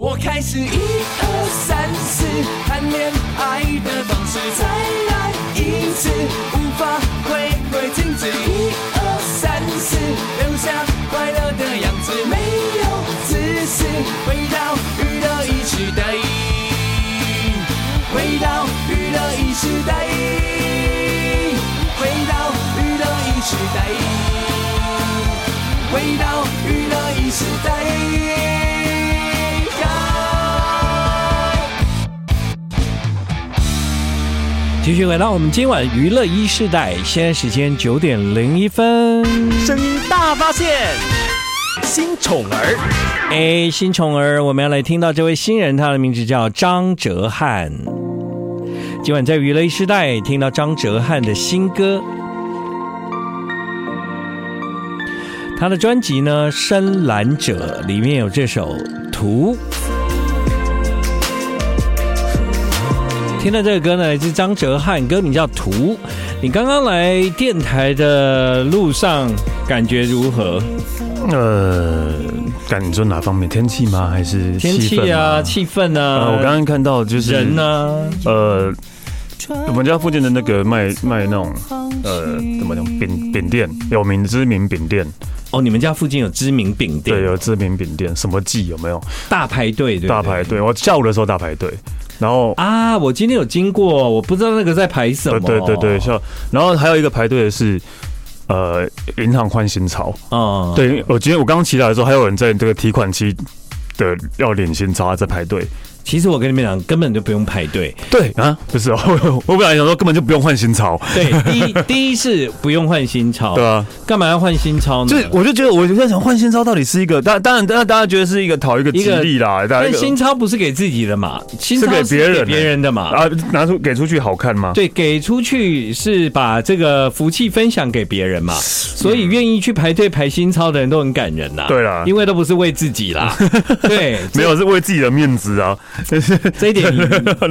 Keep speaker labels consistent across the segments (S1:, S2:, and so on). S1: 我开始一二三四，谈恋爱的方式再来一次，无法回归静止。一二三四，留下快乐的样子，没有自私，回到娱乐一时代，回到娱乐一时代，回到娱乐一时代。回到娱乐一时代。
S2: 继续回到我们今晚娱乐一世代，现在时间九点零一分。
S3: 声音大发现，新宠儿。
S2: 哎，新宠儿，我们要来听到这位新人，他的名字叫张哲瀚。今晚在娱乐一时代听到张哲瀚的新歌，他的专辑呢《深蓝者》里面有这首《图》。听到这个歌呢，来自张哲瀚，歌名叫《图》。你刚刚来电台的路上，感觉如何？
S4: 呃，感你说哪方面？天气吗？还是
S2: 天气
S4: 氛
S2: 啊，
S4: 吗
S2: 气氛啊，
S4: 呃，我刚刚看到就是
S2: 人啊呢、
S4: 呃，我们家附近的那个卖卖那种呃怎么讲饼饼店，有名知名饼店，
S2: 哦，你们家附近有知名饼店，
S4: 对，有知名饼店，什么记有没有？
S2: 大排队，对不对
S4: 大排队，我下午的时候大排队，然后。
S2: 啊！我今天有经过，我不知道那个在排什么。啊
S4: 对对对对，像然后还有一个排队的是，呃，银行换新潮。
S2: 嗯，对，
S4: 对，我今天我刚起来的时候，还有人在这个提款机的要领新钞在排队。
S2: 其实我跟你们讲，根本就不用排队。
S4: 对啊，不是哦， 我本来想说根本就不用换新钞。
S2: 对，第一 第一是不用换新钞，
S4: 对啊，
S2: 干嘛要换新钞呢？
S4: 就是我就觉得我就在想换新钞到底是一个，当当然当然大家觉得是一个讨一个吉利啦，大家
S2: 但
S4: 一个
S2: 新钞不是给自己的嘛，新
S4: 是
S2: 钞
S4: 给
S2: 是
S4: 别人
S2: 给
S4: 的
S2: 别人的嘛。
S4: 啊拿出给出去好看吗？
S2: 对，给出去是把这个福气分享给别人嘛，所以愿意去排队排新钞的人都很感人呐、
S4: 对啦
S2: 因为都不是为自己 啦。对，
S4: 没有是为自己的面子啊，
S2: 这一 点你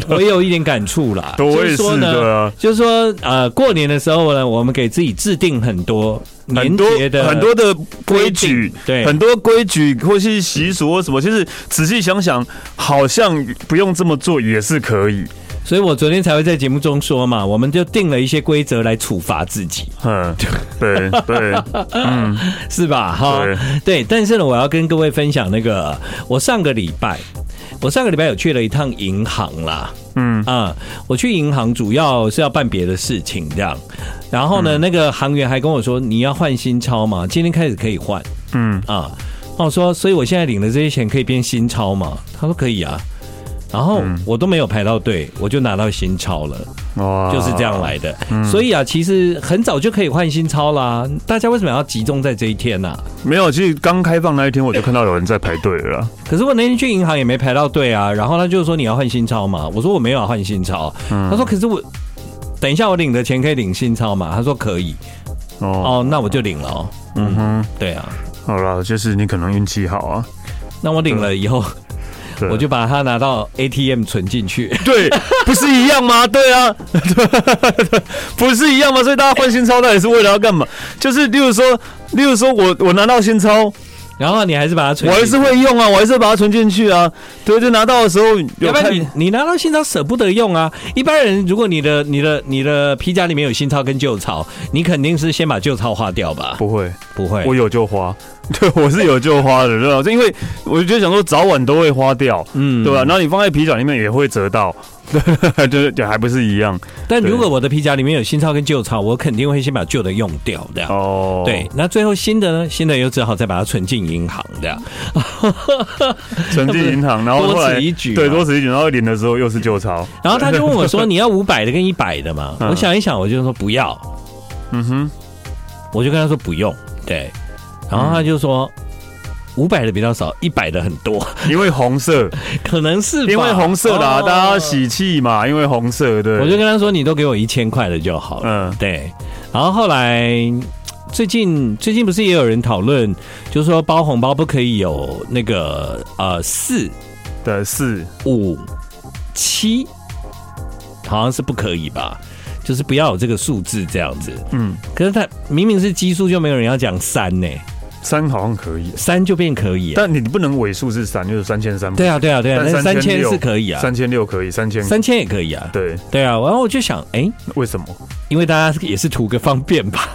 S2: 我也有一点感触啦。
S4: 对
S2: 就是说呢，
S4: 我也是对啊
S2: 就是说呃，过年的时候呢，我们给自己制定很多
S4: 很
S2: 年
S4: 多
S2: 节的
S4: 很多的规矩
S2: 定，对
S4: 很多规矩或是习俗或什么，其实仔细想想，好像不用这么做也是可以。
S2: 所以我昨天才会在节目中说嘛，我们就定了一些规则来处罚自己，
S4: 嗯，对对，嗯，
S2: 是吧？哈，对。但是呢，我要跟各位分享那个，我上个礼拜，我上个礼拜有去了一趟银行啦。
S4: 嗯
S2: 啊、我去银行主要是要办别的事情这样，然后
S4: 嗯
S2: 呢，那个行员还跟我说你要换新钞嘛，今天开始可以换
S4: 嗯，
S2: 啊。那我说，所以我现在领的这些钱可以变新钞嘛？他说可以啊。然后
S4: 嗯
S2: 我都没有排到队，我就拿到新钞了，
S4: 哇
S2: 就是这样。来的。
S4: 嗯
S2: 所以啊，其实很早就可以换新钞啦。大家为什么要集中在这一天呢、啊
S4: 没有，其实刚开放那一天我就看到有人在排队了啦。
S2: 可是我那天去银行也没排到队啊，然后他就说你要换新钞嘛，我说我没有要换新钞，
S4: 嗯
S2: 他说可是我等一下我领的钱可以领新钞嘛，他说可以，
S4: 哦，
S2: 哦，那我就领了哦，
S4: 嗯哼，
S2: 对啊，
S4: 好啦，就是你可能运气好啊。
S2: 那我领了以后，
S4: 对
S2: 我就把它拿到 ATM 存进去，
S4: 对， 不是一样吗？对啊， 不是一样吗？所以大家换新钞，到底是为了要干嘛？就是例如说，例如说我我拿到新钞，
S2: 然后你还是把它存，
S4: 我还是，会用啊，我还是把它存进去啊。对，就拿到的时候有
S2: 要不
S4: 看
S2: 然你你拿到新钞舍不得用啊，一般人如果你的你的你的皮夹里面有新钞跟旧钞，你肯定是先把旧钞花掉吧？
S4: 不会，
S2: 不会，
S4: 我有就花。 对，我是有就花的，对吧？因为我就想说，早晚都会花掉，
S2: 嗯
S4: 对吧？然后你放在皮夹里面也会折到， 对，就是就还不是一样
S2: 但如
S4: 对
S2: 果我的皮夹里面有新钞跟旧钞，我肯定会先把旧的用掉的。
S4: 哦。
S2: 对，，那最后新的呢？新的又只好再把它存进银行这 样。
S4: 存进银行，然后后
S2: 多
S4: 来
S2: 此一举啊嘛
S4: 对，多此一举，然后领的时候又是旧钞。
S2: 然后他就问我说：“你要五百的跟一百的嘛？”
S4: 嗯
S2: 我想一想，我就说不要，
S4: 嗯哼，
S2: 我就跟他说不用。对，然后他就说。
S4: 嗯
S2: 五百的比较少，一百的很多，
S4: 因为红色，
S2: 可能是吧
S4: 因为红色的、啊，
S2: 哦
S4: 大家喜气嘛，因为红色，对。
S2: 我就跟他说：“你都给我一千块的就好了。”
S4: 嗯
S2: 对，然后后来最近最近不是也有人讨论，就是说包红包不可以有那个呃四
S4: 的是，
S2: 五七，好像是不可以吧？就是不要有这个数字这样子。
S4: 嗯，
S2: 可是他明明是奇数，就没有人要讲三呢、
S4: 三好像可以，
S2: 三就变可以啊。
S4: 但你不能尾数是三，就是三千三。
S2: 对啊，对啊，对啊，那三千是可以啊，
S4: 三千六可以，三千
S2: 三千也可以啊。
S4: 对，
S2: 对啊，然后我就想，哎，
S4: 为什么？
S2: 因为大家也是图个方便吧。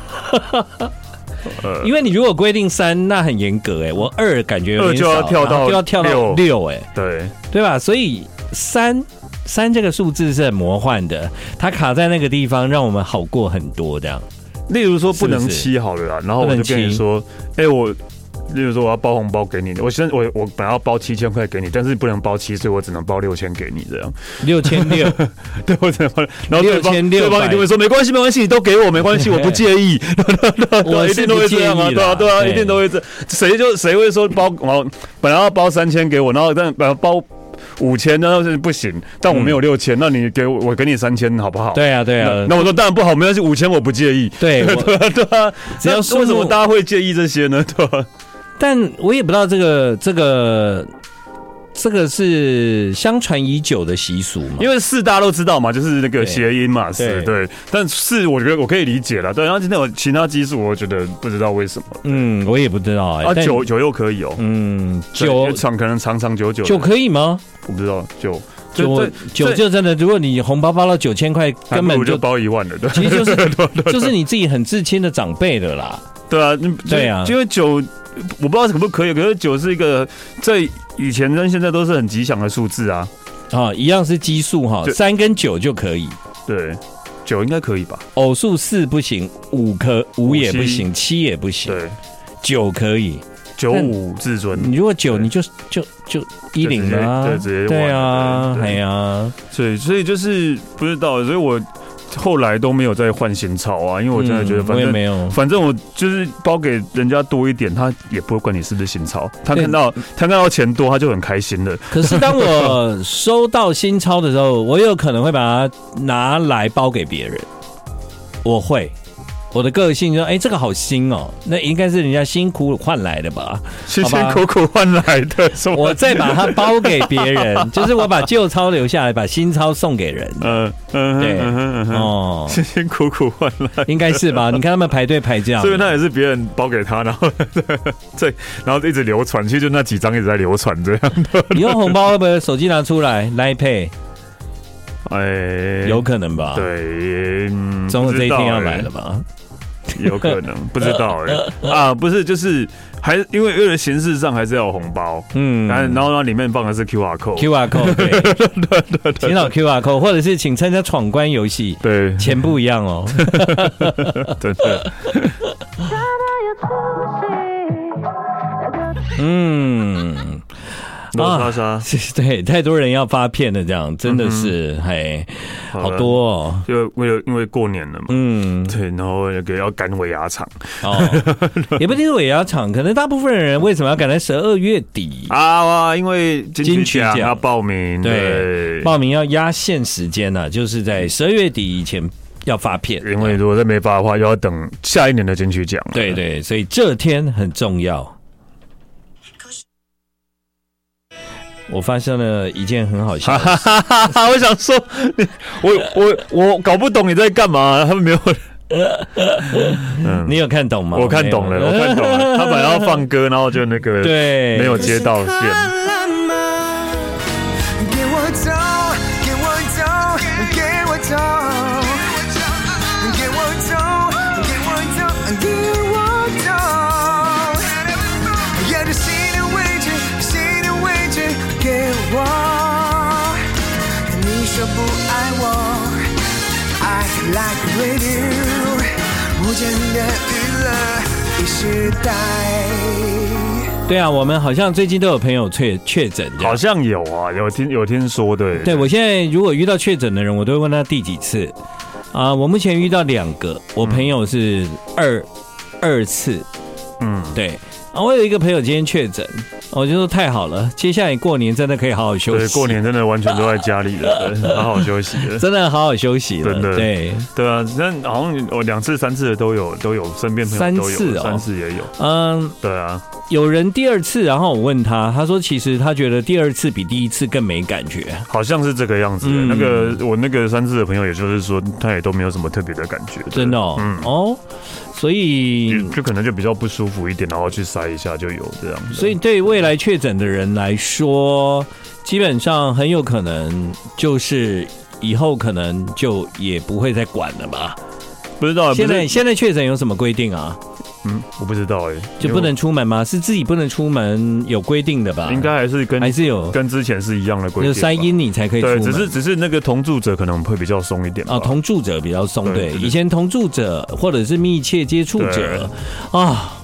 S4: 呃，
S2: 因为你如果规定三，那很严格哎、我二感觉有点
S4: 二就要
S2: 少
S4: 跳
S2: 然后
S4: 到
S2: 就要跳到
S4: 六
S2: 六哎、
S4: 对，
S2: 对吧？所以三三这个数字是很魔幻的，它卡在那个地方，让我们好过很多这样。
S4: 例如说不
S2: 是
S4: 能
S2: 不是
S4: 七好了啦，然后
S2: 不
S4: 我
S2: 能
S4: 就跟你
S2: 七
S4: 说，哎、我。例如说，我要包红包给你，我现在我我本来要包七千块给你，但是不能包七，所以我只能包六千给你这样。
S2: 六千 六，
S4: 对，我只能包。然后对方
S2: 6600
S4: 对方一定会说没关系，没关系，你都给我没关系，我不介意。
S2: 我
S4: 一
S2: 是
S4: 定都
S2: 不
S4: 会
S2: 介意
S4: 这样
S2: 啦
S4: 啊，
S2: 哎
S4: 对啊，对啊，
S2: 对
S4: 一定都会这。 谁就谁会说包哦，本来要包三千给我，然后但本来包五千，那是不行。但我没有六千，那你给我，我给你三千好不
S2: 嗯
S4: 好？
S2: 对啊，对啊
S4: 那。，那我说当然不好，没关系，五千我不介意。
S2: 对我
S4: 对啊，对啊。
S2: 只要
S4: 那
S2: 数目
S4: 为什么大家会介意这些呢？对啊吧？
S2: 但我也不知道这个这个这个是相传已久的习俗嘛。
S4: 因为四大家都知道嘛，就是那
S2: 对
S4: 个谐音嘛，
S2: 对
S4: 四对。但是我觉得我可以理解了，对。然后今天有其他基数，我觉得不知道为什么。
S2: 嗯，我也不知道哎、
S4: 啊，
S2: 但
S4: 九九又可以哦，
S2: 嗯
S4: 对
S2: 九
S4: 就长可能长长久久的，
S2: 九可以吗？
S4: 我不知道九
S2: 九九就真的，如果你红包包到九千块，根
S4: 还不
S2: 本
S4: 如就
S2: 就
S4: 包一万了， 对
S2: 其实就是就是你自己很至亲的长辈的啦。
S4: 对啊，嗯
S2: 对啊
S4: 就因为九我不知道可不可以，可是九是一个在以前跟现在都是很吉祥的数字啊，
S2: 啊、一样是奇数哈，
S4: 对
S2: 三跟九就可以，
S4: 对，九应该可以吧？
S2: 偶数四不行，五可五也不行，七也不行，
S4: 对，
S2: 九可以。
S4: 九五至尊，
S2: 你如果九，
S4: 对
S2: 你就就就嗯一零了、啊，
S4: 就直接对直接
S2: 对啊，
S4: 玩了对对
S2: 哎呀，
S4: 所以所以就是不知道，所以我后来都没有再换新钞啊，因为我真的觉得
S2: 嗯
S4: 反
S2: 我也
S4: 正。
S2: 没有，
S4: 反正我就是包给人家多一点，他也不会管你是不是新钞。他
S2: 对
S4: 看到他看到钱多，他就很开心了。
S2: 可是当我收到新钞的时候，我有可能会把它拿来包给别人，我会。我的个性就说，哎、这个好新哦，那应该是人家辛苦换来的吧？
S4: 辛
S2: 好
S4: 辛
S2: 吧
S4: 苦苦换来的，什么？
S2: 我再把它包给别人，就是我把旧钞留下来，把新钞送给人。
S4: 嗯嗯
S2: 对
S4: 哼嗯哼嗯哼，
S2: 哦，
S4: 辛辛苦苦换来，
S2: 应该是吧？你看他们排队排这样，
S4: 所以那也是别人包给他，然后 对，然后一直流传，其实就那几张一直在流传这样。
S2: 以后红包会不会手机拿出来来 pay？
S4: 哎，
S2: 有可能吧？，
S4: 对，嗯
S2: 总有这一天要来，
S4: 不知
S2: 了
S4: 道
S2: 吧？
S4: 哎有可能不知道哎啊，不是，就是还因为为了形式上还是要有红包，
S2: 嗯，
S4: 然后然后那里面放的是 QR code，
S2: Q R code，对请到 Q R code，或者是请参加闯关游戏，
S4: 对，
S2: 钱不一样 哦。
S4: 真 的，
S2: 嗯，
S4: 罗莎莎，
S2: 是对，太多人要发片了，这样真的
S4: 嗯
S2: 是，嘿，好
S4: 了。
S2: 多哦。
S4: 就为了因为过年了嘛，
S2: 嗯，
S4: 对，然后那个要赶尾牙场
S2: 哦， 也不一定是尾牙场，可能大部分人为什么要赶在十二月底
S4: 啊，哇因为
S2: 金
S4: 金
S2: 曲
S4: 曲
S2: 奖
S4: 奖要报名，
S2: 对
S4: 对，嗯
S2: 报名？要压线时间呢、就是在十二月底以前要发片，
S4: 因为如果再没发的话，又要等下一年的金曲奖。
S2: 对对，所以这天很重要。 我发生了一件很好笑
S4: 哈
S2: 的事，
S4: 哈哈哈哈！ 我想说，你我我我搞不懂你在干嘛、他们没有，
S2: 哦你有看懂吗？
S4: 我看懂了，我看懂了。他本来要放歌，然后就那 个
S2: 对，
S4: 没有接到线。
S5: 给我走，给我走，给我走，给我走，给我走，给我走。要着新的位置，新的位置给我。你说不爱我，I like radio，无间的娱乐一时代。
S2: 对啊，我们好像最近都有朋友确确诊这样
S4: 好像有啊，有听有听说，对
S2: 对，我现在如果遇到确诊的人，我都会问他第几次。啊，我目前遇到两个，我朋友是二、二次，
S4: 嗯，
S2: 对。啊，我有一个朋友今天确诊，我就说太好了，接下来过年真的可以好好休
S4: 对
S2: 息，，
S4: 过年真的完全都在家里了， 对好好休息了。
S2: 真的好好休息了，
S4: 真的
S2: 对。
S4: 对啊，那好像我两次、三次的都有，都有身边朋
S2: 三
S4: 友都有，
S2: 次哦
S4: 三次也有。
S2: 嗯，
S4: 对啊，
S2: 有人第二次，然后我问他，他说其实他觉得第二次比第一次更没感觉。
S4: 好像是这个样子的。
S2: 嗯
S4: 那个我那个三次的朋友，也就是说他也都没有什么特别的感觉。
S2: 真的哦，
S4: 嗯
S2: 哦，所以
S4: 就就可能就比较不舒服一点，然后去塞一下就有这样。
S2: 所以对未来确诊的人来说，基本上很有可能就是以后可能就也不会再管了吧。
S4: 不知啊道，不
S2: 现在
S4: 是，
S2: 现在确诊有什么规定啊？
S4: 嗯，我不知道哎、
S2: 就不能出门吗？是自己不能出门有规定的吧？
S4: 应该还是跟
S2: 还是有，
S4: 跟之前是一样的规
S2: 就
S4: 定吧，
S2: 塞阴你才可以出
S4: 对，
S2: 门。
S4: 只是只是那个同住者可能会比较松一点吧
S2: 啊，同住者比较松，
S4: 对
S2: 对，
S4: 对对
S2: 以前同住者或者是密切接触者啊。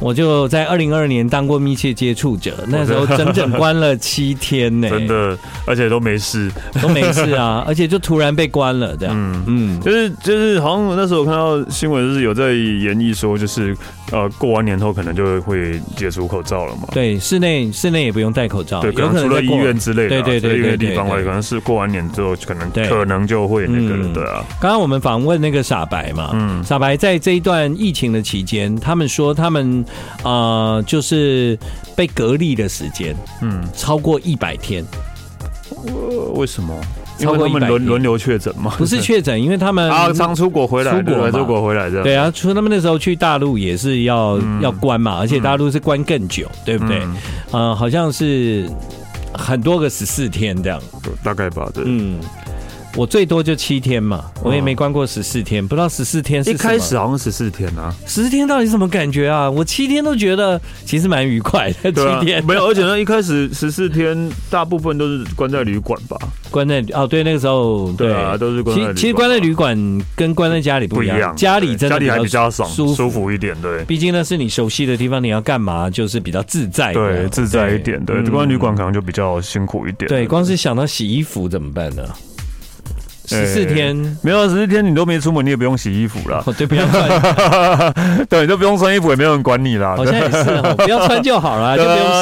S2: 我就在二零二年当过密切接触者，那时候整整关了七天呢、
S4: 真的，而且都没事。
S2: 都没事啊， 而且就突然被关了这样，嗯
S4: 就是就是，好像我那时候我看到新闻，就是有在演绎说，就是呃，过完年后可能就会解除口罩了嘛。
S2: 对，啊室内室内也不用戴口罩，
S4: 对，可能除了
S2: 在
S4: 医
S2: 过
S4: 院之类的啊，
S2: 对对对
S4: 除了医院
S2: 对
S4: 的
S2: 对
S4: 地方外，
S2: 对
S4: 可能是过完年之后，可能
S2: 对
S4: 可能就会那个了，
S2: 嗯
S4: 对啊，
S2: 刚刚我们访问那个傻白嘛，
S4: 嗯
S2: 傻白在这一段疫情的期间，他们说他们呃就是被隔离的时间
S4: 嗯，
S2: 超过一百天，
S4: 呃为什么？因
S2: 超
S4: 为
S2: 过
S4: 他们
S2: 100
S4: 轮
S2: 天
S4: 轮流确诊嘛，
S2: 不是确诊，因为他们
S4: 啊，常出国回来，
S2: 出国
S4: 对
S2: 嘛
S4: 出国回来这样，
S2: 对啊，除了他们那时候去大陆也是要、
S4: 嗯
S2: 要关嘛，而且大陆是关更久，对不对？
S4: 嗯
S2: 呃，好像是很多个十四天这样。
S4: 大概吧，对。
S2: 嗯，我最多就七天嘛，我也没关过十四天，不知道十四天是
S4: 哦一开始好像十四天啊，
S2: 十四天到底是什么感觉啊？我七天都觉得其实蛮愉快的，
S4: 对 啊
S2: 七天，
S4: 没有，而且呢，一开始十四天大部分都是关在旅馆吧，
S2: 关在哦，对，那个时候
S4: 对啊，都是关
S2: 其
S4: 在
S2: 实
S4: 旅馆
S2: 其实关在旅馆跟关在家里不
S4: 不
S2: 一
S4: 一
S2: 样，
S4: 样，
S2: 家里
S4: 对
S2: 真
S4: 家
S2: 的
S4: 里还比较爽
S2: 舒
S4: 舒。服一点，对。
S2: 毕竟那是你熟悉的地方，你要干嘛就是比较自在啊的，
S4: 对，自在一点，对，
S2: 嗯
S4: 关在旅馆可能就比较辛苦一点。
S2: 对，光是想到洗衣服怎么办呢？十四
S4: 哎
S2: 天，
S4: 没有十四天你都没出门，你也不用洗衣服啦，
S2: 哦对，不要穿，
S4: 对，你都不用穿衣服，也没有人管你啦，
S2: 好像也是哦，不要穿就好了，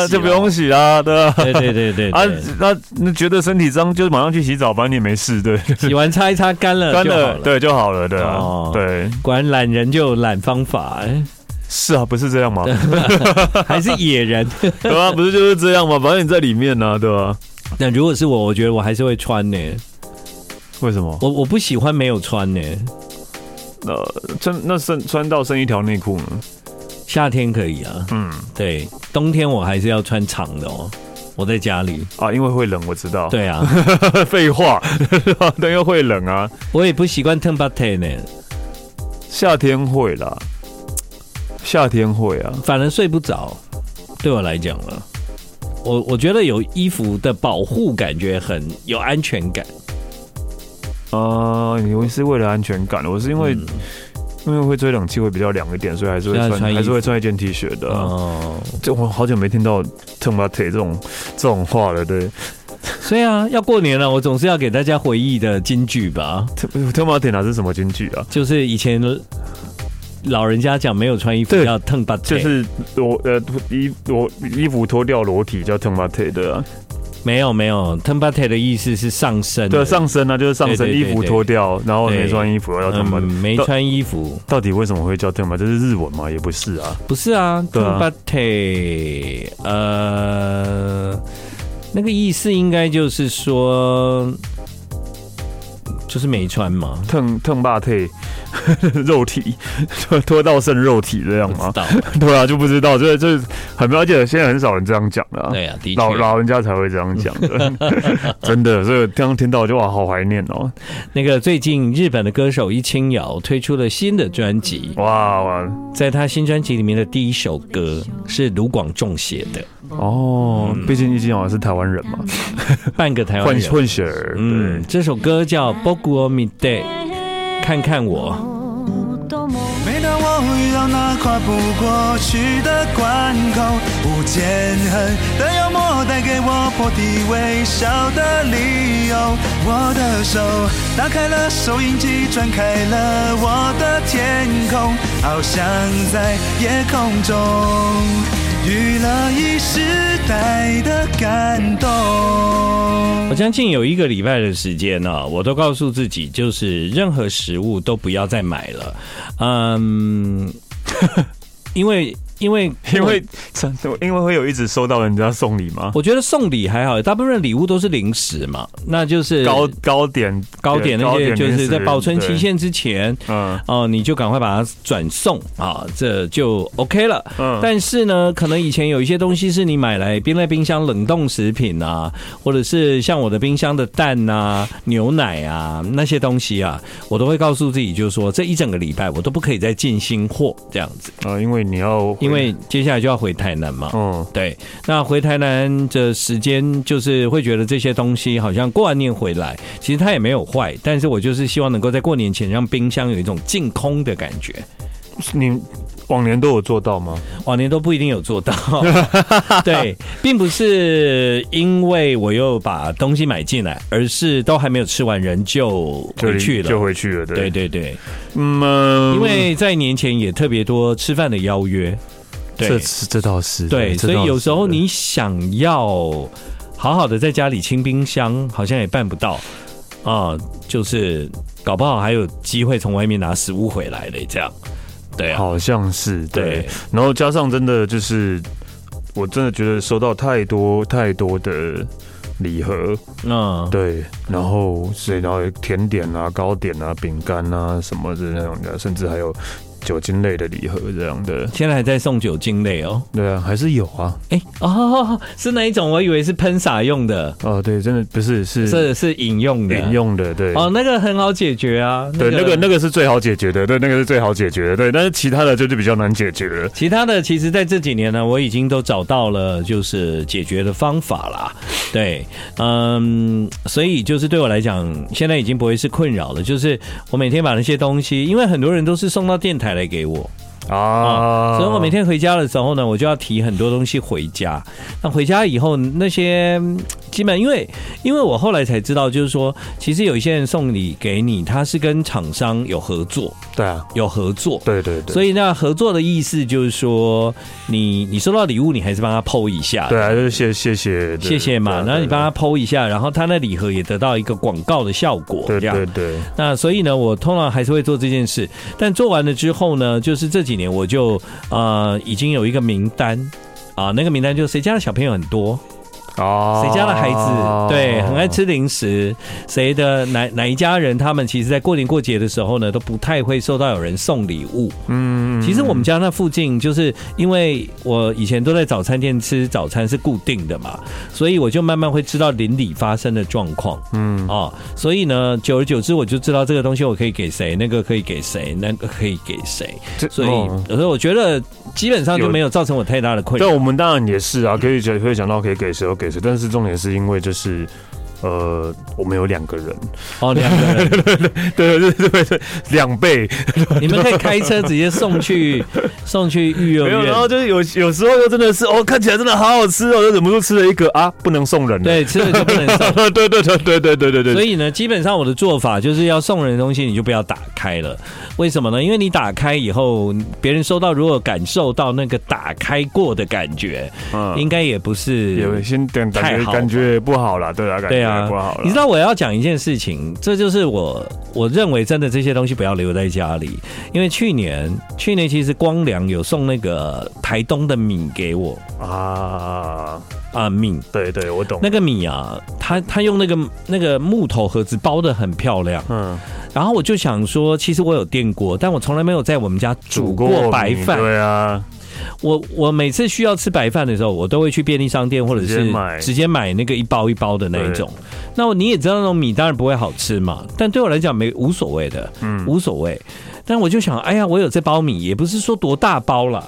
S2: 就
S4: 对
S2: 不用洗了
S4: 啊，就不用洗啦，对啊。
S2: 对对对对
S4: 啊
S2: 对，，
S4: 那那觉得身体脏，就马上去洗澡，反正你也没事，对，
S2: 洗完擦一擦干了
S4: 干
S2: 就好
S4: 了，
S2: 了。，
S4: 对就好了，对啊
S2: 哦，
S4: 对，
S2: 果然懒人就有懒方法， 哎
S4: 是啊，不是这样吗？
S2: 还是野人。
S4: 对啊，不是就是这样吗？反正你在里面呢、对啊吧、
S2: 那如果是我，我觉得我还是会穿呢。
S4: 为什么？
S2: 我我不喜欢没有穿呢。
S4: 呃，穿那剩穿到剩一条内裤呢？
S2: 夏天可以啊，
S4: 嗯
S2: 对，冬天我还是要穿长的哦。我在家里，
S4: 啊，因为会冷，我知道。，
S2: 对啊，
S4: 废话，对，因为会冷啊，
S2: 我也不习惯 t e m p e t 呢，
S4: 夏天会啦，夏天会啊。
S2: 反而睡不着。对我来讲了，我我觉得有衣服的保护感觉很有安全感。
S4: 啊、你是为了安全感，我是因
S2: 嗯
S4: 为、因为会吹冷气会比较凉一点，所以还是会
S2: 所以要
S4: 穿，
S2: 穿衣服
S4: 还是会穿一件 T 恤的、啊。
S2: 哦，
S4: 这、我好久没听到“疼吧腿”这种这种话了，对。
S2: 所以啊，要过年了，我总是要给大家回忆的金句吧。
S4: 疼吧腿哪是什么京剧啊？
S2: 就是以前老人家讲没有穿衣服
S4: 对
S2: 叫蹭把，
S4: 就是我呃衣我衣服脱掉裸体叫 t o m a t 的、啊，
S2: 没有没有蹭把腿的意思是上身，
S4: 对上身啊就是上身
S2: 对对对
S4: 衣服脱掉，然后
S2: 对
S4: 没穿衣服要 t o
S2: 嗯
S4: m a t
S2: 没穿衣服，
S4: 到底为什么会叫 t o m a t 这是日文吗？也不是啊，
S2: 不是啊，
S4: 对啊
S2: 蹭把腿，呃，那个意思应该就是说，就是没穿嘛，
S4: t o t o m a t 肉体 脱脱到剩肉体这样
S2: 不 知
S4: 吗？
S2: 道，
S4: 对啊，就不知道，这这很而且现在很少人这样讲的、啊。
S2: 对啊，的确
S4: 老老人家才会这样讲 的，真的，所以刚刚听到我就哇，好怀念哦！
S2: 那个最近日本的歌手一清瑶推出了新的专辑，
S4: 哇哇
S2: 在她新专辑里面的第一首歌是卢广仲写 的。
S4: 哦，毕竟易静好像是台湾人嘛，
S2: 半个嗯台湾
S4: 混
S2: 人。
S4: 混血儿，对
S2: 嗯，，这首歌叫《Bogu o m i Day》，看看我，
S5: 每当我遇到那跨不过去的关口，无间恨的幽默带给我破涕为笑的理由。我的手打开了收音机，转开了我的天空，翱翔在夜空中，娱乐一时代的感动
S2: 我。将近有一个礼拜的时间呢、哦我都告诉自己，就是任何 食物都不要再买了。嗯，因为。因为
S4: 因为 真的因为会有一直收到人家送礼吗？
S2: 我觉得送礼还好，大部分礼物都是零食嘛，那就是
S4: 糕糕点
S2: 糕点那些，就是在保存期，
S4: 对
S2: 限之前，
S4: 嗯
S2: 哦，你就赶快把它转送啊，这就 OK 了。
S4: 嗯
S2: 但是呢，可能以前有一些东西是你买来冰在冰箱冷冻食品啊，或者是像我的冰箱的蛋啊、牛奶啊那些东西啊，我都会告诉自己，就是说这一整个礼拜我都不可以再进新货这样子，
S4: 啊，因为你要
S2: 因为接下来就要回台南嘛。
S4: 嗯
S2: 对，那回台南的时间，就是会觉得这些东西好像过完年回来，其实它也没有坏，但是我就是希望能够在过年前让冰箱有一种净空的感觉。
S4: 你往年都有做到吗？
S2: 往年都不一定有做 到，对，并不是因为我又把东西买进来，而是都还没有吃完人就回去
S4: 就
S2: 了。
S4: 回去了，
S2: 对对
S4: 对，
S2: 对，
S4: 嗯，呃
S2: 因为在年前也特别多吃饭的邀约，
S4: 这
S2: 对
S4: 这这倒是
S2: 对，
S4: 这
S2: 所
S4: 倒
S2: 以有时候
S4: 是
S2: 你想要好好的在家里清冰箱，好像也办不到啊、就是搞不好还有机会从外面拿食物回来嘞，这样，对啊，
S4: 好像是对
S2: 对，
S4: 然后加上真的就是，我真的觉得收到太多太多的礼盒，
S2: 嗯，
S4: 对，然后所以然后甜点啊、糕点啊、饼干啊什么的那种的，甚至还有酒精类的礼盒这样的，
S2: 现在还在送酒精类哦。
S4: 对啊，还是有啊，
S2: 哎、哦，是那一种，我以为是喷洒用的，
S4: 哦，对，真的不是是
S2: 是是饮用的。
S4: 饮用的，对，
S2: 哦，那个很好解决啊。
S4: 对，那个那个是最好解决的，对，那个是最好解决的，对，但是其他的就是比较难解决了。
S2: 其他的，其实在这几年呢，我已经都找到了就是解决的方法啦。对，嗯，所以就是对我来讲，现在已经不会是困扰了。就是我每天把那些东西，因为很多人都是送到电台来给我，
S4: 啊，
S2: 所以我每天回家的时候呢，我就要提很多东西回家。那回家以后，那些嗯基本因为因为我后来才知道，就是说，其实有一些人送礼给你，他是跟厂商有合作，
S4: 对啊，
S2: 有合作。
S4: 对对对，
S2: 所以那合作的意思就是说，你你收到礼物，你还是帮他剖一下。
S4: 对啊，就是谢谢谢
S2: 谢谢嘛，然后你帮他剖一下，然后他那礼盒也得到一个广告的效果，
S4: 对
S2: 这样
S4: 对对，
S2: 那所以呢，我通常还是会做这件事，但做完了之后呢，就是这几年我就呃已经有一个名单啊、那个名单就是谁家的小朋友很多，
S4: 哦
S2: 谁家的孩子、对很爱吃零食，谁的哪哪一家人他们其实，在过年过节的时候呢，都不太会收到有人送礼物。
S4: 嗯
S2: 其实我们家那附近，就是因为我以前都在早餐店吃早餐是固定的嘛，所以我就慢慢会知道邻里发生的状况
S4: 嗯
S2: 哦。所以呢，久而久之，我就知道这个东西我可以给谁，那个可以给谁，那个可以给谁。
S4: 这
S2: 所以，
S4: 哦
S2: 所以我觉得基本上就没有造成我太大的困扰
S4: 但。我们当然也是啊，可以讲可以讲到可以给谁就给谁，但是重点是因为就是。呃，我们有两个人，
S2: 哦，两个人，
S4: 对对对对对，两倍，
S2: 你们可以开车直接送去送去育幼
S4: 没有，然后
S2: 院。
S4: 就是有有时候又真的是，哦，看起来真的好好吃哦，就忍不住吃了一个啊，不能送人了，
S2: 对，吃了就 不能 送。
S4: 对对对对对对对对，
S2: 所以呢，基本上我的做法就是要送人的东西，你就不要打开了。为什么呢？因为你打开以后，别人收到如果感受到那个打开过的感觉，
S4: 嗯
S2: 应该也不是
S4: 也先等感
S2: 太
S4: 觉
S2: 好
S4: 感觉也不好啦，对啊，感觉
S2: 对啊
S4: 也不好啦。
S2: 你知道我要讲一件事情，这就是我我认为真的这些东西不要留在家里，因为去年去年其实光良有送那个台东的米给我
S4: 啊？
S2: 啊米。
S4: 对对，我懂。
S2: 那个米啊，他他用那个那个木头盒子包的很漂亮，
S4: 嗯，
S2: 然后我就想说，其实我有电锅，但我从来没有在我们家煮过白
S4: 米
S2: 饭。
S4: 对啊，
S2: 我我每次需要吃白饭的时候，我都会去便利商店或者
S4: 直
S2: 是
S4: 接买
S2: 直接买那个一包一包的那一种。那我你也知道那种米当然不会好吃嘛，但对我来讲没无所谓的，
S4: 嗯
S2: 无所谓。但我就想，哎呀，我有这包米，也不是说多大包啦。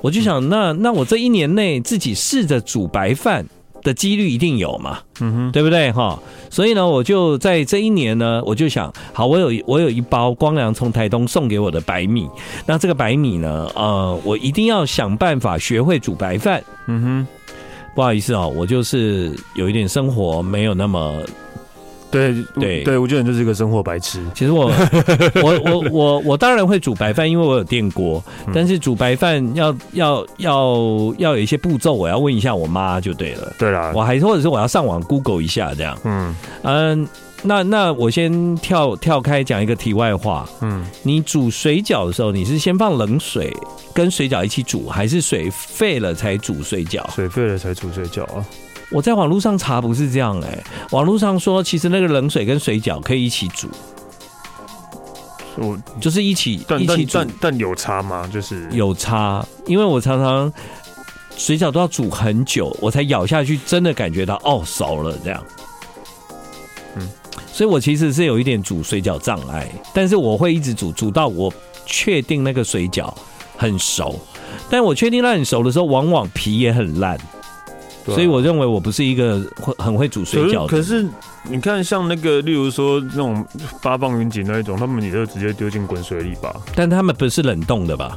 S2: 我就想，那那我这一年内自己试着煮白饭的几率一定有嘛，嗯哼，对不对哈？所以呢，我就在这一年呢，我就想，好，我有我有一包光良从台东送给我的白米，那这个白米呢，呃，我一定要想办法学会煮白饭。
S4: 嗯
S2: 不好意思哦，我就是有一点生活没有那么，
S4: 哼，对
S2: 对
S4: 对，我觉得你就是一个生活白痴。
S2: 其实我 我我我我当然会煮白饭，因为我有电锅，但是煮白饭要要要要有一些步骤，我要问一下我妈就对了。
S4: 对啦，
S2: 我还或者是我要上网 Google 一下这样，
S4: 嗯，
S2: 嗯，那那我先跳跳开讲一个题外话。
S4: 嗯，
S2: 你煮水饺的时候，你是先放冷水跟水饺一起煮，还是水沸了才煮水饺？
S4: 水沸了才煮水饺啊。
S2: 我在网络上查不是这样哎、网络上说其实那个冷水跟水饺可以一起煮，
S4: 我
S2: 就是一起
S4: 但
S2: 一起
S4: 但
S2: 煮
S4: 但但有差吗？就是
S2: 有差，因为我常常水饺都要煮很久，我才咬下去，真的感觉到哦熟了这样。嗯
S4: 嗯，
S2: 所以我其实是有一点煮水饺障碍，但是我会一直煮，煮到我确定那个水饺很熟。但我确定它很熟的时候，往往皮也很烂，
S4: 对啊
S2: 所以我认为我不是一个会很会煮水
S4: 可
S2: 饺
S4: 是
S2: 的。
S4: 可是你看，像那个，例如说那种八磅云锦那一种，他们也就直接丢进滚水里吧。
S2: 但他们不是冷冻的吧？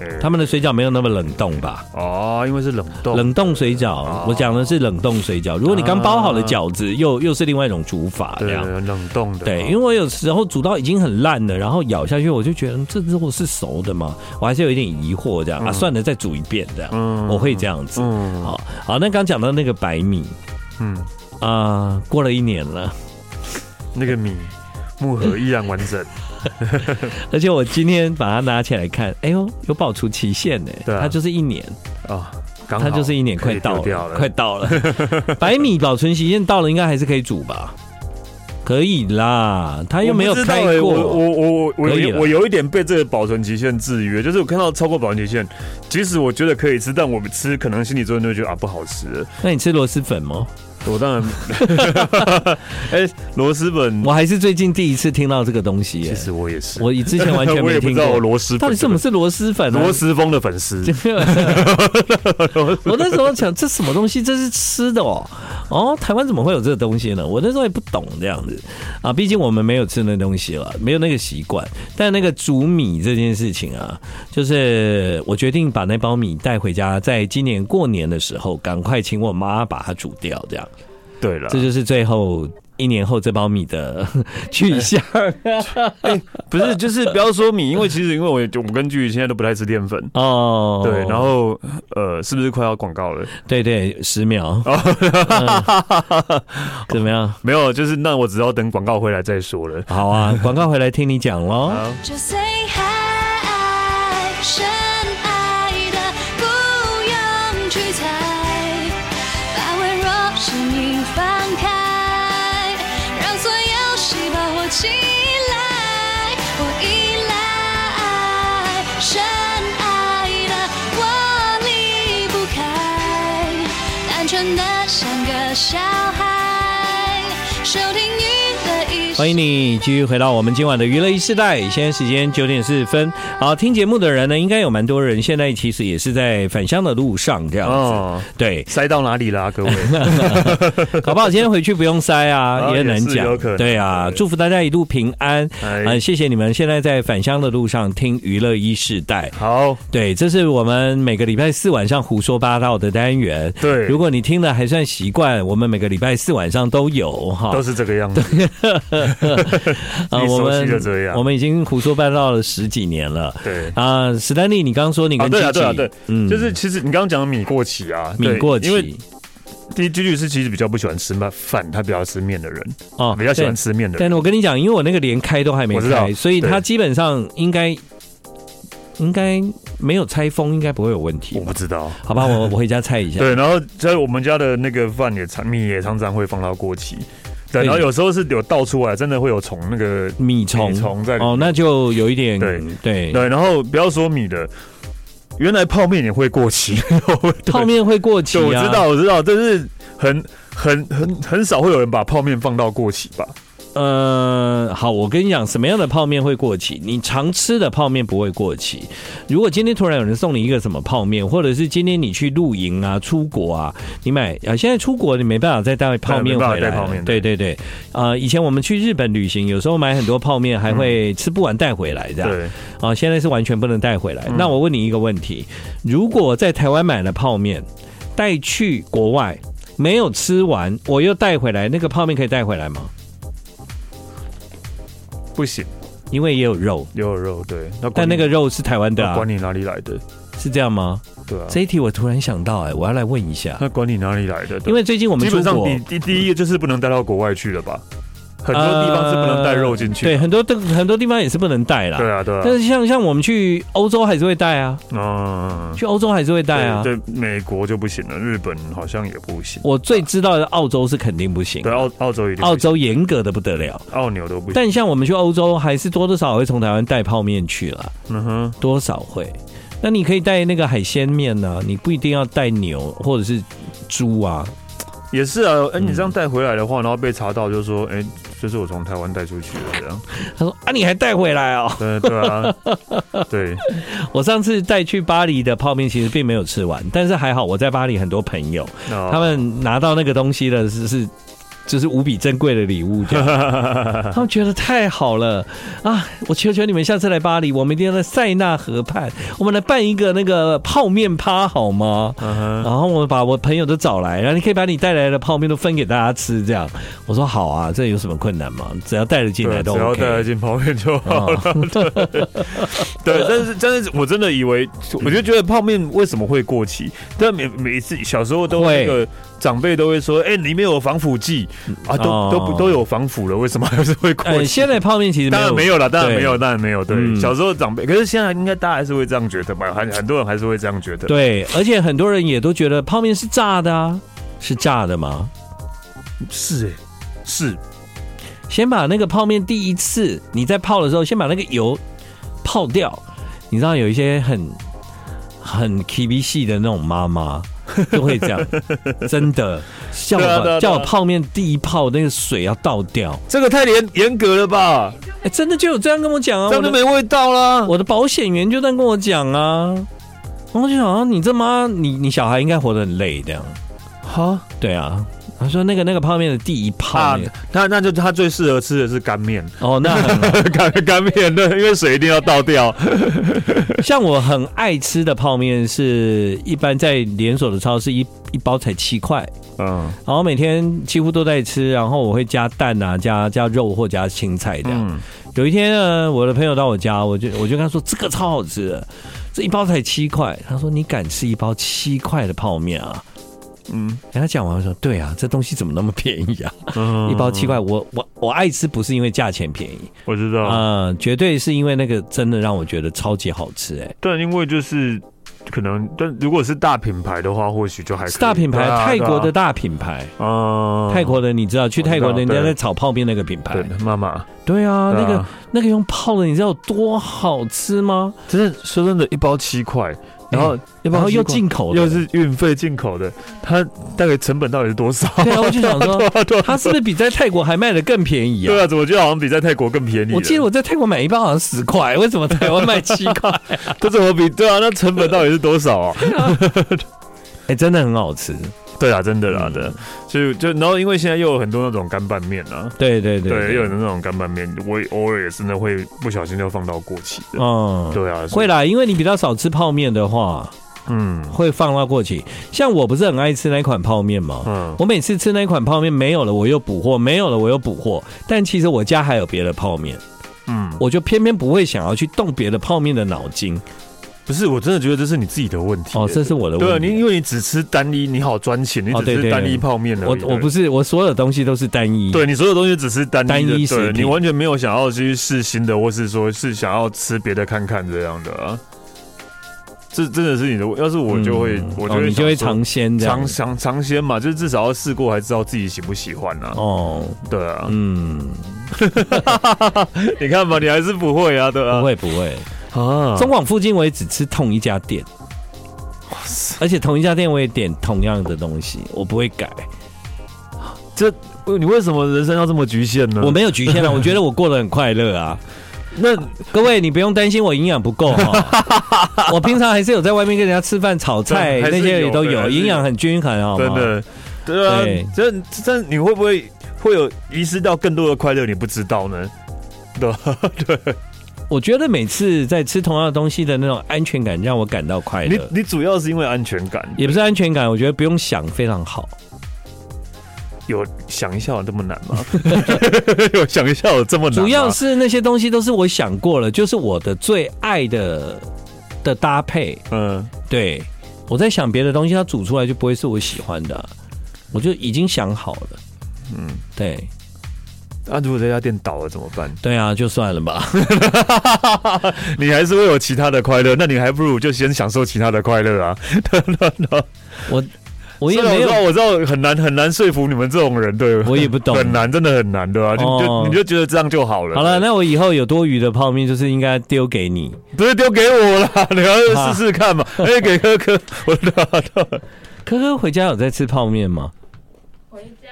S4: 哎
S2: 他们的水饺没有那么冷冻吧？
S4: 哦，因为是冷冻，
S2: 冷冻水饺，
S4: 哦啊
S2: 我讲的是冷冻水饺。如果你刚包好的饺子，又又是另外一种煮法，这
S4: 对
S2: 样。
S4: 冷冻的，哦
S2: 对，因为我有时候煮到已经很烂了，然后咬下去，我就觉得嗯这肉是熟的嘛，我还是有一点疑惑这样、啊。算了，再煮一遍这样，
S4: 嗯
S2: 我会这样子。
S4: 嗯
S2: 好好，那刚讲到那个白米
S4: 嗯，
S2: 啊、过了一年了，
S4: 那个米木盒依然完整，
S2: 而且我今天把它拿起来看，哎呦，有保存期限呢、
S4: 对啊
S2: 它就是一年。
S4: 啊，刚
S2: 嗯
S4: 好
S2: 它就是一年
S4: 可
S2: 快
S4: 以
S2: 到
S4: 丢掉
S2: 了，
S4: 了，
S2: 快到了。 白米保存期限到了，应该还是可以煮吧？可以啦，它又没有
S4: 我不知道
S2: 开
S4: 欸
S2: 过。
S4: 我我我我我
S2: 可以
S4: 有
S2: 了
S4: 我有一点被这个保存期限制约，就是我看到超过保存期限，即使我觉得可以吃，但我们吃可能心里作用就会觉得啊不好吃了。
S2: 那你吃螺蛳粉吗？
S4: 我当然， 哎、螺蛳粉，
S2: 我还是最近第一次听到这个东西耶、
S4: 其实我也是，
S2: 我以之前完全
S4: 我
S2: 没
S4: 也不
S2: 听
S4: 知道我
S2: 过。
S4: 螺蛳粉
S2: 到底什么是螺蛳粉、啊？
S4: 螺蛳风的粉丝，
S2: 我那时候想，这什么东西？这是吃的哦，哦，台湾怎么会有这个东西呢？我那时候也不懂这样子啊，毕竟我们没有吃那东西了，没有那个习惯。但那个煮米这件事情啊，就是我决定把那包米带回家，在今年过年的时候，赶快请我妈把它煮掉，这样，
S4: 对了，
S2: 这就是最后。一年后这包米的 去向，
S4: 不是就是不要说米，因为其实因为我也我们跟剧现在都不太吃淀粉。
S2: 哦，
S4: 对，然后呃，是不是快要广告了？
S2: 对对，十秒，
S4: 哦
S2: 嗯 怎么样？
S4: 没有，就是那我只要等广告回来再说了。
S2: 好啊，广告回来听你讲喽。
S4: 好，
S6: 就 say hi，深爱的不用去猜，把微弱声音放开，让所有细胞活起来。我依赖深爱的我离不开，单纯的像个小孩，收听娱乐一
S2: 欢迎你继续回到我们今晚的娱乐一世代，现在时间九点四十分。好，听节目的人呢，应该有蛮多人现在其实也是在返乡的路上这样子。
S4: 哦，
S2: 对，
S4: 塞到哪里啦、各 位？
S2: 搞不好今天回去不用塞啊，
S4: 啊
S2: 也很难
S4: 也是有
S2: 讲
S4: 可。能
S2: 对啊，
S4: 对
S2: 祝福大家一路平安。
S4: 哎
S2: 呃，谢谢你们现在在返乡的路上听娱乐一世代。
S4: 好，
S2: 对，这是我们每个礼拜四晚上胡说八道的单元。
S4: 对
S2: 如果你听的还算习惯，我们每个礼拜四晚上都有哈。
S4: 都是这个样子。
S2: 呃
S4: 你
S2: 我
S4: 熟悉
S2: 们
S4: 的这样
S2: 我们已经胡说八道了十几年了。
S4: 对
S2: 啊、史丹利，你刚刚说你
S4: 啊，
S2: 跟
S4: 对啊，
S2: 琪
S4: 对啊，
S2: 琪，
S4: 对，
S2: 嗯
S4: 就是其实你刚刚讲米过期啊，
S2: 米
S4: 对
S2: 过
S4: 因为
S2: 期
S4: 第一居律师其实比较不喜欢吃饭，饭他比较吃面的人，
S2: 哦
S4: 比较喜欢
S2: 对
S4: 吃面的
S2: 但
S4: 人。
S2: 是我跟你讲，因为我那个连开都还没
S4: 我知道
S2: 开，所以它
S4: 对
S2: 基本上应该应该没有拆封，应该不会有问题
S4: 我。不知道。
S2: 好吧，我我回家拆一下。
S4: 对，然后在我们家的那个饭也常米也常常会放到过期，
S2: 对
S4: 对，然后有时候是有倒出来，真的会有虫那个
S2: 米虫
S4: 米虫在里面
S2: 哦，那就有一点
S4: 对
S2: 对
S4: 对，然后不要说米的，原来泡面也会 过期，对
S2: 泡面会过期
S4: 对，我
S2: 啊。
S4: 知道，我知道，但是很很很很少会有人把泡面放到过期吧？
S2: 呃，好，我跟你讲，什么样的泡面会过期？你常吃的泡面不会过期。如果今天突然有人送你一个什么泡面，或者是今天你去露营啊、出国啊，你买啊，现在出国你没办法再带泡面
S4: 对没办法
S2: 回来
S4: 带
S2: 了。
S4: 泡面
S2: 对对对，呃，以前我们去日本旅行，有时候买很多泡面还会吃不完带回来这样。
S4: 对，
S2: 啊，现在是完全不能带回来。那我问你一个问题：如果在台湾买了泡面，带去国外没有吃完，我又带回来，那个泡面可以带回来吗？
S4: 不行，
S2: 因为也有肉，
S4: 也有肉，对，那管
S2: 但
S4: 你
S2: 那个肉是台湾的、
S4: 那
S2: 啊
S4: 管，你哪里来的，
S2: 是这样吗？
S4: 对啊，
S2: 这一题我突然想到、哎，我要来问一下，
S4: 那管你哪里来的，对
S2: 因为最近我们
S4: 基
S2: 出
S4: 本上
S2: 国
S4: 第第第一个就是不能带到国外去了吧？很多地方是不能带肉进去
S2: 呃对，
S4: 的。
S2: 很多的很多地方也是不能带啦。
S4: 对啊，对啊，
S2: 但是像像我们去欧洲还是会带啊，
S4: 嗯，
S2: 去欧洲还是会带啊。
S4: 对，对美国就不行了，日本好像也不行，
S2: 我最知道的澳洲是肯定不行，
S4: 对，澳澳洲一定不行，
S2: 澳洲严格的不得了。
S4: 澳纽都不行。
S2: 但像我们去欧洲，还是多多少少会从台湾带泡面去了，
S4: 嗯哼，
S2: 多少会。那你可以带那个海鲜面呢、你不一定要带牛或者是猪啊。
S4: 也是啊。哎，你
S2: 嗯
S4: 这样带回来的话，然后被查到，就说，哎，这是我从台湾带出去的，这样。
S2: 他说啊，你还带回来哦。
S4: 对对啊，对，
S2: 我上次带去巴黎的泡面，其实并没有吃完，但是还好我在巴黎很多朋友，
S4: 那
S2: 他们拿到那个东西的是是。就是无比珍贵的礼物， 这样他们觉得太好了啊！我求求你们，下次来巴黎，我们一定要在塞纳河畔，我们来办一个那个泡面趴好吗？
S4: 嗯
S2: 然后我把我朋友都找来，然后你可以把你带来的泡面都分给大家吃，这样。我说好啊，这有什么困难吗？只要带了进来
S4: 对，啊
S2: 都
S4: 只要
S2: OK。
S4: 带来进泡面就好了。
S2: 啊
S4: 对，但是但是我真的以为，我就觉得泡面为什么会过期？但每每一次小时候都
S2: 会
S4: 那个长辈都会说，哎，里面有防腐剂啊，
S2: 哦
S4: 都都不都有防腐了，为什么还是会过
S2: 呃，
S4: 期
S2: 现？在泡面其实
S4: 当然没有了，当然
S2: 对
S4: 没有，当然没有。对，
S2: 嗯
S4: 小时候长辈，可是现在应该大家还是会这样觉得吧？很很多人还是会这样觉得。
S2: 对，而且很多人也都觉得泡面是炸的啊，是炸的吗？
S4: 是哎，是
S2: 先把那个泡面第一次你在泡的时候，先把那个油泡掉。你知道有一些很很 K B 系的那种妈妈都会这 样，真的叫我
S4: 对啊对啊对啊
S2: 把叫我泡面第一泡那个水要倒掉。
S4: 这个太严严格了吧？
S2: 哎、真的就有这样跟我讲啊，
S4: 这
S2: 我
S4: 样就
S2: 的
S4: 没味道啦。
S2: 我的保险员就这样跟我讲啊。然后就想啊，你这妈，你你小孩应该活得很累这样。
S4: 好
S2: 对啊，他说那个那个泡面的第一泡
S4: 啊
S2: 面，，
S4: 那那就他最适合吃的是干面，
S2: 哦，那很 好
S4: 干干面对，因为水一定要倒掉。
S2: 像我很爱吃的泡面是一般在连锁的超市一一包才七块，
S4: 嗯
S2: 然后每天几乎都在吃，然后我会加蛋啊，加加肉或加青菜这样。
S4: 嗯，
S2: 有一天呢，我的朋友到我家，我就我就跟他说这个超好吃的，这一包才七块。他说你敢吃一包七块的泡面啊？
S4: 嗯
S2: 嗯，然后他讲完我说对啊，这东西怎么那么便宜啊？
S4: 嗯
S2: 一包七块，我我我爱吃不是因为价钱便宜，
S4: 我知道。
S2: 嗯、绝对是因为那个真的让我觉得超级好吃哎、
S4: 但因为就是可能，但如果是大品牌的话，或许就还可以
S2: 是大品牌，
S4: 对啊
S2: 泰国的
S4: 对
S2: 大品牌，
S4: 啊嗯
S2: 泰国的你知道，去
S4: 我知道
S2: 泰国的人家
S4: 对
S2: 在炒泡面那个品牌
S4: 对，妈妈，
S2: 对啊，
S4: 对
S2: 那
S4: 啊
S2: 个那个用泡的，你知道有多好吃吗？
S4: 真的说真的，一包七块，嗯然后一
S2: 然
S4: 包
S2: 后
S4: 七
S2: 又
S4: 块
S2: 进口的
S4: 又，是运费进口的，它大概成本到底是多少？
S2: 对啊，我就想说，
S4: 对啊
S2: 它是不是比在泰国还卖的更便宜啊
S4: 对？啊，怎么觉得好像比在泰国更便宜了？
S2: 我记得我在泰国买一包好像十块，为什么台湾卖七块？
S4: 这怎么比？对啊，那成本到底是多少啊？
S2: 哎，真的很好吃，
S4: 对啊，真的啦，
S2: 嗯
S4: 对啊，就就然后因为现在又有很多那种干拌面啊，
S2: 对对
S4: 对，又有那种干拌面，我偶尔也真的会不小心就放到过期的。
S2: 嗯，
S4: 对啊，所
S2: 会
S4: 以
S2: 啦，因为你比较少吃泡面的话，
S4: 嗯
S2: 会放到过期。像我不是很爱吃那款泡面吗？
S4: 嗯，
S2: 我每次吃那一款泡面没有了，我又补货；没有了，我又补货。但其实我家还有别的泡面，
S4: 嗯，
S2: 我就偏偏不会想要去动别的泡面的脑筋。
S4: 不是，我真的觉得这是你自己的问题。
S2: 哦，这是我的
S4: 对啊，
S2: 问
S4: 你
S2: 题。
S4: 因为你只吃单一，你好赚钱，你
S2: 哦对
S4: 只吃
S2: 对
S4: 单一泡面而已。
S2: 我
S4: 对
S2: 我不是我所有东西都是单一。
S4: 对你所有东西只吃单一的
S2: 单一食
S4: 对
S2: 品
S4: 你完全没有想要去试新的，或是说是想要吃别的看看这样的啊。这真的是你的，要是我
S2: 嗯，
S4: 就会，我就
S2: 哦
S4: 会、
S2: 你就会尝鲜这样
S4: 尝。尝尝鲜嘛，就是至少要试过，还知道自己喜不喜欢啊。
S2: 哦，
S4: 对啊，
S2: 嗯，
S4: 你看嘛，你还是不会啊，对啊，
S2: 不会不会，
S4: 啊，
S2: 中广附近我也只吃同一家店，而且同一家店我也点同样的东西，我不会改。
S4: 这你为什么人生要这么局限呢？
S2: 我没有局限啊了，我觉得我过得很快乐 啊。
S4: 那
S2: 各位，你不用担心我营养不够哈， 我平常还是有在外面跟人家吃饭、炒菜
S4: 对还是
S2: 那
S4: 有
S2: 些也都有，
S4: 对
S2: 营养很均衡哦。
S4: 真的，对
S2: 对
S4: 啊，这这你会不会会有遗失到更多的快乐？你不知道呢， 对啊对，
S2: 我觉得每次在吃同样的东西的那种安全感，让我感到快乐，
S4: 你你主要是因为安全感，
S2: 也不是安全感，我觉得不用想非常好。
S4: 有想一下有这么难吗？ 有想一下有这么难吗？
S2: 主要是那些东西都是我想过了，就是我的最爱的的搭配。
S4: 嗯，
S2: 对我在想别的东西，它煮出来就不会是我喜欢的啊，我就已经想好了。嗯，对。
S4: 啊，如果这家店倒了怎么 办？
S2: 对啊，就算了 吧。
S4: 你还是会有其他的快乐，那你还不如就先享受其他的快乐啊！
S2: 我我也
S4: 虽然
S2: 没
S4: 啊我知
S2: 有
S4: 道，我知道很难很难说服你们这种人，对
S2: 我也不懂
S4: 很难，真的很难，对吧、你
S2: 哦
S4: 就你就觉得这样就好了。
S2: 好了，那我以后有多余的泡面，就是应该丢给你。
S4: 不是丢给我 啦，你要试试看嘛。哎、给科科，我的
S2: 科科回家有在吃泡面吗？
S7: 回家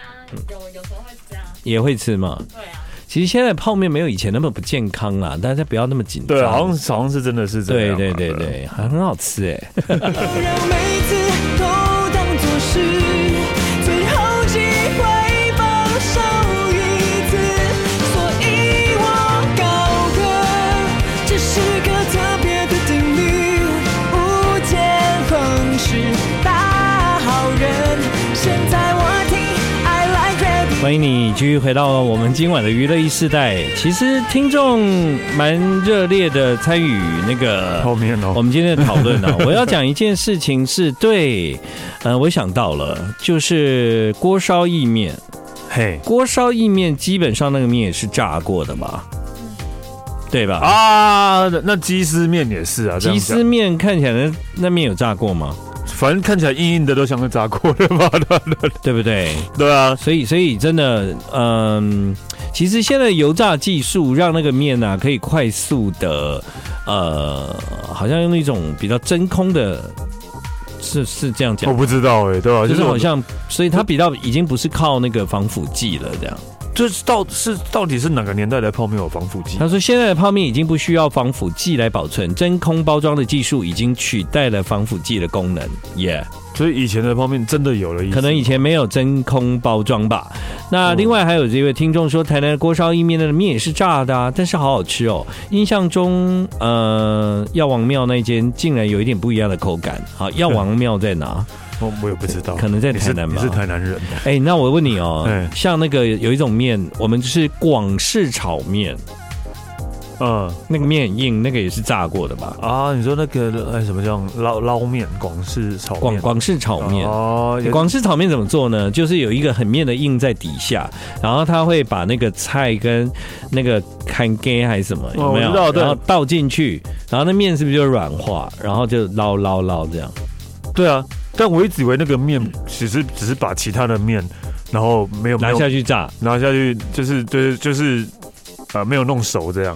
S7: 有有时候会这样，
S2: 也会吃嘛。
S7: 对啊，
S2: 其实现在泡面没有以前那么不健康啦，大家不要那么紧张。
S4: 对，啊好像好像是真的是这
S2: 对
S4: 样。
S2: 对对。对，还很好吃哎、
S1: 让每次都当作是最后机会，保守一次。所以我高歌，这是个特别的定律，无坚恒是大好人。现在我听，I like r e d
S2: 欢迎你继续回到我们今晚的娱乐一世代。其实听众蛮热烈的参与那个
S4: 后面
S2: 我
S4: 哦，
S2: 们今天的讨论 呢、我要讲一件事情是对，呃，我想到了，就是锅烧意面。
S4: 嘿
S2: 锅烧意面基本上那个面也是炸过的吧，对吧？
S4: 啊，那鸡丝面也是啊，这
S2: 鸡
S4: 样讲
S2: 丝，面看起来那那面有炸过吗？
S4: 反正看起来硬硬的，都像个炸锅了 吧？
S2: 对不对？
S4: 对啊，
S2: 所以，所以真的，嗯，其实现在油炸技术让那个面啊，可以快速的，呃，好像用一种比较真空的，是是这样
S4: 我
S2: 讲，
S4: 不知道哎、对吧、
S2: 就是
S4: 我
S2: 好像，所以它比较已经不是靠那个防腐剂了，这样。
S4: 就是到是到底是哪个年代的泡面有防腐剂？
S2: 他说，现在的泡面已经不需要防腐剂来保存，真空包装的技术已经取代了防腐剂的功能，耶、
S4: 所以以前的泡面真的有了意思，
S2: 可能以前没有真空包装吧。那
S4: 嗯
S2: 另外还有这位听众说，台南的锅烧意面的面也是炸的啊，但是好好吃哦。印象中，呃，药王庙那间竟然有一点不一样的口感。 好，药王庙在哪？
S4: 我我也不知道，
S2: 可能在台南吧
S4: 你是你是台南人，
S2: 哎、那我问你哦
S4: 哎，
S2: 像那个有一种面，我们是广式炒面，
S4: 嗯
S2: 那个面很硬，那个也是炸过的吧？
S4: 啊，你说那个哎什么叫捞捞面，广式炒面
S2: 广广式炒面。
S4: 哦，有
S2: 广式炒面怎么做呢？就是有一个很面的印在底下，然后他会把那个菜跟那个看干还是什么有没有？
S4: 哦我知道对
S2: 然后倒进去，然后那面是不是就软化？然后就捞捞捞这样。
S4: 对啊，但我一直以为那个面只是只是把其他的面，然后没有
S2: 拿
S4: 没
S2: 下
S4: 有
S2: 去 炸，
S4: 拿下去，就是就是就是。啊、没有弄熟这样，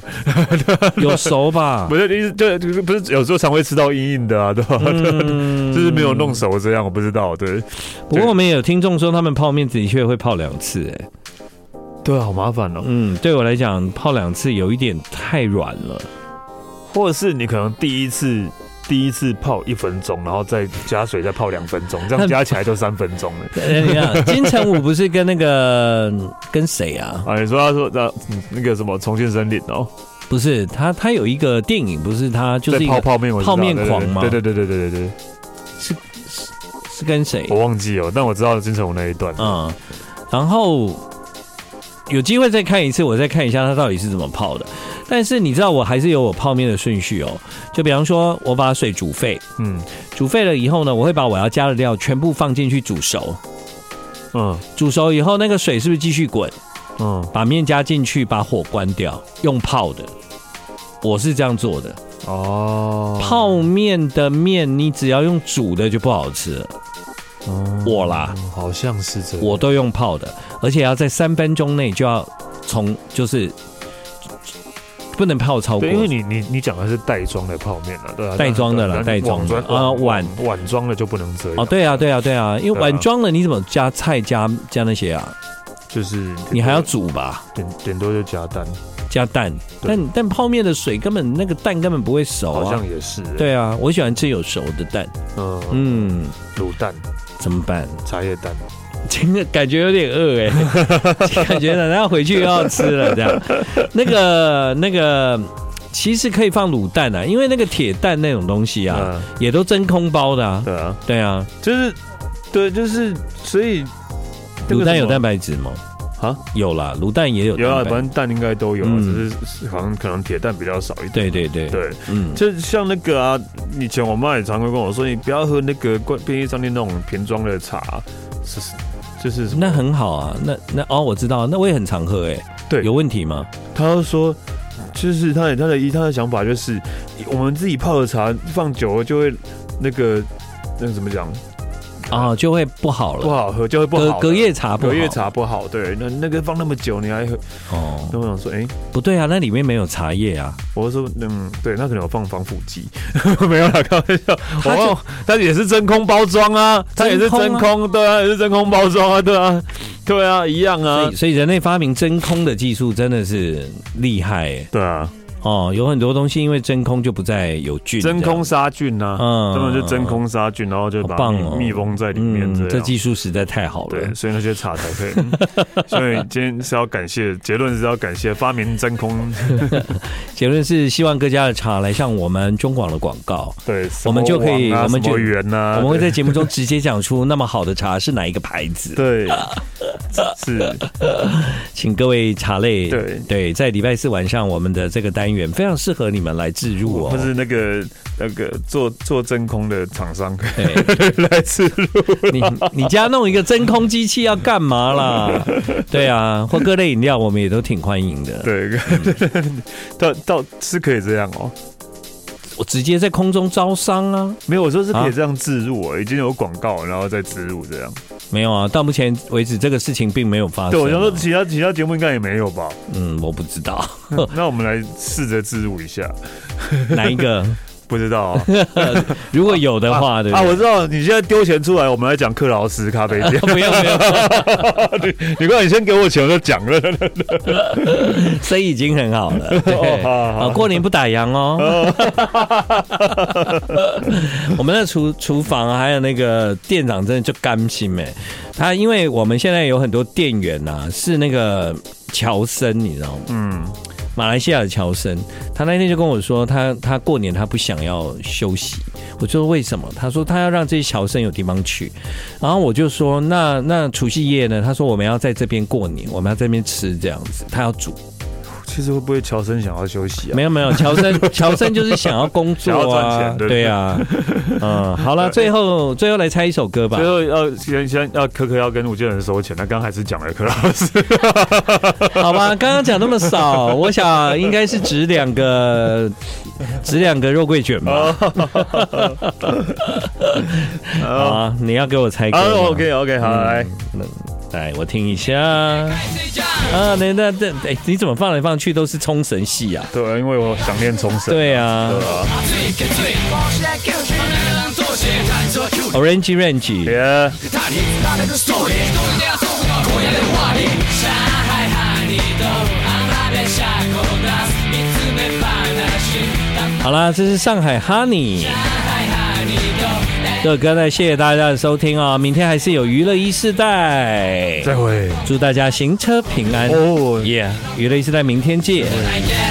S2: 有熟吧
S4: 不？是，就是就就是不是，有时候常会吃到硬硬的啊，对吧？
S2: 嗯
S4: 就是没有弄熟这样，我不知道，对，
S2: 不过我们也有听众说，他们泡面的确会泡两次、哎，
S4: 对啊，好麻烦哦。
S2: 嗯，对我来讲，泡两次有一点太软了。
S4: 或者是你可能第一次第一次泡一分钟，然后再加水再泡两分钟，这样加起来就三分钟了。
S2: 等一下，金城武不是跟那个 跟谁啊？
S4: 啊，你说他说那、嗯那个什么重庆森林哦，
S2: 不是他，他有一个电影，不是他就是
S4: 在
S2: 一
S4: 泡
S2: 个
S4: 泡面，我知道
S2: 泡面狂嘛
S4: 对对对对对对对对，
S2: 是跟谁？
S4: 我忘记哦，但我知道金城武那一段。
S2: 嗯，然后有机会再看一次，我再看一下它到底是怎么泡的。但是你知道，我还是有我泡面的顺序哦。就比方说，我把水煮沸，
S4: 嗯
S2: 煮沸了以后呢，我会把我要加的料全部放进去煮熟。
S4: 嗯
S2: 煮熟以后，那个水是不是继续滚？
S4: 嗯，
S2: 把面加进去，把火关掉，用泡的。我是这样做的。
S4: 哦，
S2: 泡面的面，你只要用煮的就不好吃了。我啦，
S4: 嗯好像是这样。
S2: 我都用泡的，而且要在三分钟内就要从就是不能泡超过
S4: 对，。因为你你你讲的是袋装的泡面了，对啊，
S2: 袋装的啦
S4: 那
S2: 袋
S4: 你
S2: 装的
S4: 网装
S2: 啊碗
S4: 碗碗装的就不能这样
S2: 哦，，对啊，对啊，对啊，因为
S4: 对啊
S2: 碗装了，你怎么加菜加加那些啊？
S4: 就是
S2: 你还要煮吧，
S4: 顶顶多就加蛋，
S2: 加蛋，
S4: 对
S2: 但但泡面的水根本那个蛋根本不会熟
S4: 好
S2: 啊
S4: 像。也是，，
S2: 对啊，我喜欢吃有熟的蛋。
S4: 嗯，
S2: 嗯，
S4: 卤蛋、
S2: 怎么办？
S4: 茶叶蛋，啊
S2: 真的感觉有点饿 哎、感觉等下回去又要吃了这样。那个那个，其实可以放卤蛋啊，因为那个铁蛋那种东西啊，
S4: 嗯，
S2: 也都真空包的啊。
S4: 对啊，
S2: 对啊，
S4: 就是对，就是所以那
S2: 卤
S4: 个
S2: 蛋
S4: 什
S2: 有
S4: 么
S2: 蛋白质吗？
S4: 啊，
S2: 有啦，卤蛋也有
S4: 有啊，
S2: 蛋
S4: 反
S2: 白。
S4: 正蛋应该都有啊，
S2: 嗯
S4: 只是好像可能铁蛋比较少一点。
S2: 对对对，
S4: 对，
S2: 嗯，
S4: 就像那个啊，以前我妈也常会跟我说，你不要喝那个罐便利商店那种瓶装的茶，是就是什么
S2: 啊那很好啊。那那哦，我知道，那我也很常喝哎、
S4: 对
S2: 有问题吗？
S4: 他就说，就是他的他的一他的想法就是，我们自己泡的茶放久了就会那个那个怎么讲
S2: 啊，就会不好
S4: 不
S2: 了，
S4: 好喝，就会不
S2: 隔
S4: 好
S2: 隔夜茶啊不好，
S4: 隔夜茶不好。对，那那个放那么久你还喝，
S2: 哦，
S4: 那我想说，哎、
S2: 不对啊，那里面没有茶叶啊，
S4: 我就说，嗯，对，那可能有放防腐剂， 没有啦，开玩笑。
S2: 就
S4: 我他也是真空包装啊，他也是真
S2: 真
S4: 空，对啊，也是真空包装啊，对啊，对啊，一样啊
S2: 所以，所以人类发明真空的技术真的是厉害欸
S4: 对啊，
S2: 哦，有很多东西因为真空就不再有菌，
S4: 真空杀菌啊，
S2: 嗯
S4: 他们就真空杀菌，然后就
S2: 好
S4: 把它
S2: 棒
S4: 密
S2: 哦
S4: 密封在
S2: 这
S4: 里
S2: 样
S4: 面，这
S2: 嗯，这
S4: 样。
S2: 技术实在太好了
S4: 对，。所以那些茶才可以。 所以今天是要感谢，结论是要感谢发明真空。
S2: 结论是希望各家的茶来向我们中广的广告。
S4: 对，
S2: 我们就可以
S4: 什么网啊
S2: 我们就
S4: 什么圆呐、
S2: 我们会
S4: 对
S2: 在节目中直接讲出那么好的茶是哪一个牌子，
S4: 对是
S2: 请各位茶类
S4: 对
S2: 对，在礼拜四晚上我们的这个单元非常适合你们来置入
S4: 或
S2: 哦。
S4: 是那个那个做做真空的厂商
S2: 对
S4: 来自
S2: 你你家弄一个真空机器要干嘛啦？对啊，或各类饮料我们也都挺欢迎的。
S4: 对，到到是可以这样哦、
S2: 我直接在空中招商啊？
S4: 没有，我说是可
S2: 啊
S4: 以这样置入哦、已经有广告，然后再植入这样。
S2: 没有啊，到目前为止这个事情并没有发生、
S4: 对，我想说，其他其他节目应该也没有吧？
S2: 嗯，我不知道
S4: 那我们来试着置入一下，
S2: 哪一个，
S4: 不知道、 啊。
S2: 如果有的话，对不
S4: 啊，
S2: 对？。
S4: 我知道你现在丢钱出来，我们来讲克劳斯咖啡 店
S2: 不用不用，
S4: 你你快，你先给我钱，我就讲了。
S2: 生意已经很好了。 对，
S4: 好
S2: 啊，过年不打烊哦。 我们的厨厨房啊还有那个店长真的就甘心哎，他因为我们现在有很多店员呐、是那个乔森，你知道吗？
S4: 嗯，
S2: 马来西亚的乔森，他那天就跟我说，他他过年他不想要休息。我就说为什么？他说他要让这些乔生有地方去。然后我就说那那除夕夜呢？他说我们要在这边过年，我们要在这边吃这样子，他要煮。
S4: 其实会不会乔生想要休息啊？
S2: 没有没有，乔生 乔生就是想要工作
S4: 想要赚
S2: 啊
S4: 钱，对不对
S2: 对啊，嗯，好了，最后最后来猜一首歌吧
S4: 最。后要先先要可可要跟吴建仁收钱，他刚刚还是讲了克劳斯，
S2: 好吧，刚刚讲那么少，我想应该是指两 个，指两个肉桂卷吧。
S4: 哦
S2: 好啊，你要给我猜歌吗、
S4: 好，OK OK，好，来，
S2: 来我听一下。
S4: 哎
S2: 啊，那那这，哎、你怎么放来放去都是冲绳戏啊？
S4: 对，因为我想念冲绳，
S2: 对啊，Orange Range，
S4: 耶，
S2: 好啦，这是上海 Honey。这首歌呢，谢谢大家的收听哦，明天还是有娱乐一世代，
S4: 再会。
S2: 祝大家行车平安。
S4: 哦
S2: 耶！娱乐一世代，明天见。
S6: 「